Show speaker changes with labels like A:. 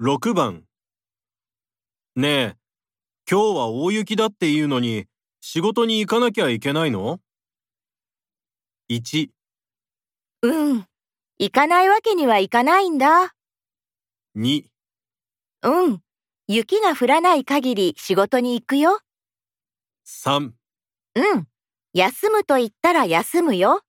A: 6番ねえ、今日は大雪だっていうのに仕事に行かなきゃいけないの ?1、
B: うん。行かないわけにはいかないんだ。
A: 2、
B: うん。雪が降らない限り仕事に行くよ。
A: 3
B: うん。休むと言ったら休むよ。